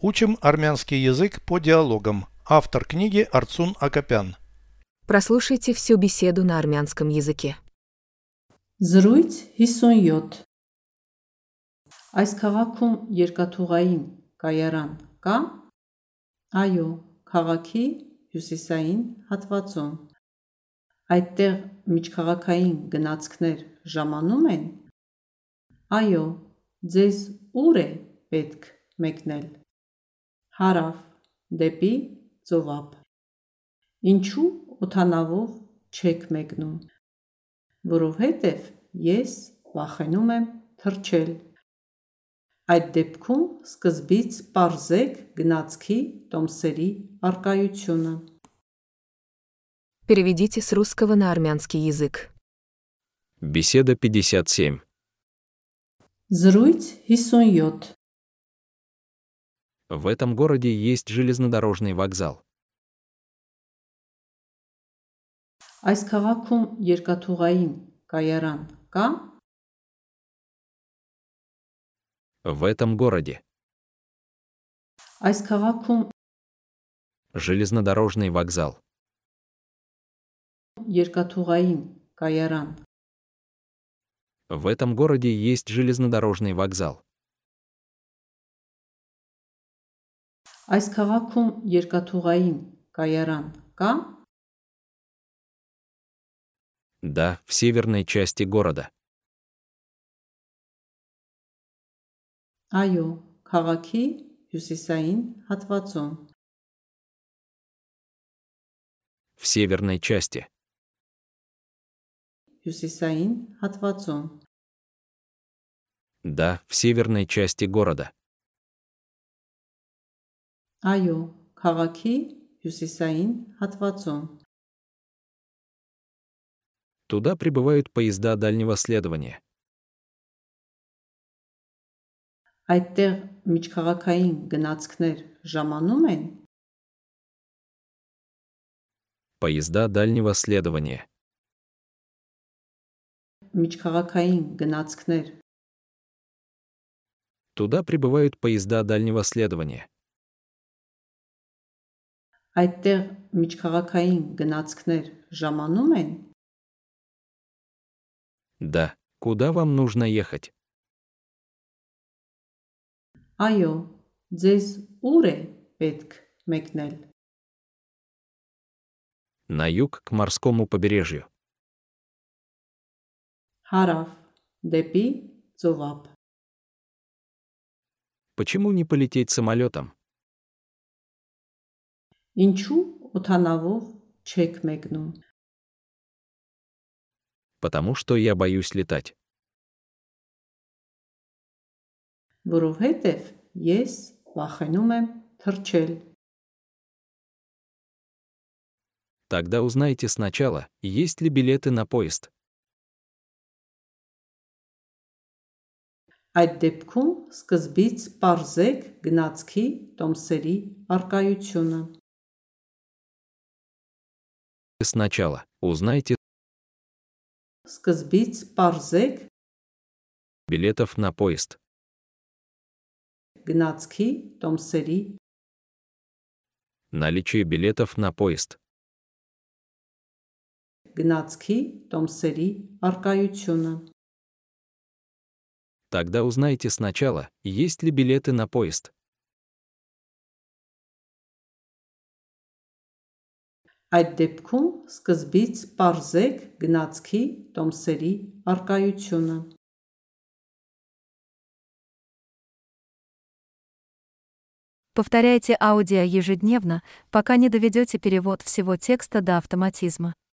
Учим армянский язык по диалогам. Автор книги Арцун Акопян. Прослушайте всю беседу на армянском языке. Զրույց 57 Այս քաղաքում երկաթուղային կայարան կա։ Այո, քաղաքի հյուսիսային հատվածում։ Այդտեղ միջքաղաքային գնացքներ ժամանում են։ Այո, ձեզ ուր է պետք մեկնել։ Հարավ դեպի ծովափ։ Ինչու օթանավով չեք մեկնում որովհետև ես վախենում եմ թրջել։ Այդ դեպքում սկզբից parzեք գնացքի տոմսերի արկայությունը։ Переведите с русского на армянский язык. Беседа 57. Զրույց 57 В этом городе есть железнодорожный вокзал. Այս քաղաքում երկաթուղային կայարան կա։ В этом городе. Այս քաղաքում Железнодорожный вокзал. երկաթուղային կայարան В этом городе есть железнодорожный вокзал. Այս քաղաքում երկաթուղային կայարան կա։ Да, в северной части города. Այո, քաղաքի հյուսիսային հատվածում։ В северной части. Հյուսիսային հատվածում։ Да, в северной части города. Այո, քաղաքի հյուսիսային հատվածում։ Туда прибывают поезда дальнего следования. Այդտեղ միջքաղաքային գնացքներ ժամանում են։ Поезда дальнего следования. Միջքաղաքային գնացքներ Туда прибывают поезда дальнего следования. այդտեղ միջքաղաքային գնացքներ ժամանում են։ Да. Куда вам нужно ехать? Այո, ձեզ ուր է պետք մեկնել։ На юг к морскому побережью. Հարավ դեպի ծովափ։ Почему не полететь самолетом? Ինչու օթանավով չեք մեկնում։ Потому что я боюсь летать. որովհետև ես վախենում եմ թրջել։ Тогда узнайте сначала, есть ли билеты на поезд. Այդ դեպքում սկզբից parzեք գնացքի տոմսերի արկայությունը։ Сначала узнайте Սկզբից parzեք билетов на поезд. գնացքի տոմսերի Наличие билетов на поезд. գնացքի տոմսերի արկայությունը։ Тогда узнайте сначала, есть ли билеты на поезд. Այդ դեպքում սկզբից parzեք գնացքի տոմսերի արկայությունը։ Повторяйте аудио ежедневно, пока не доведете перевод всего текста до автоматизма.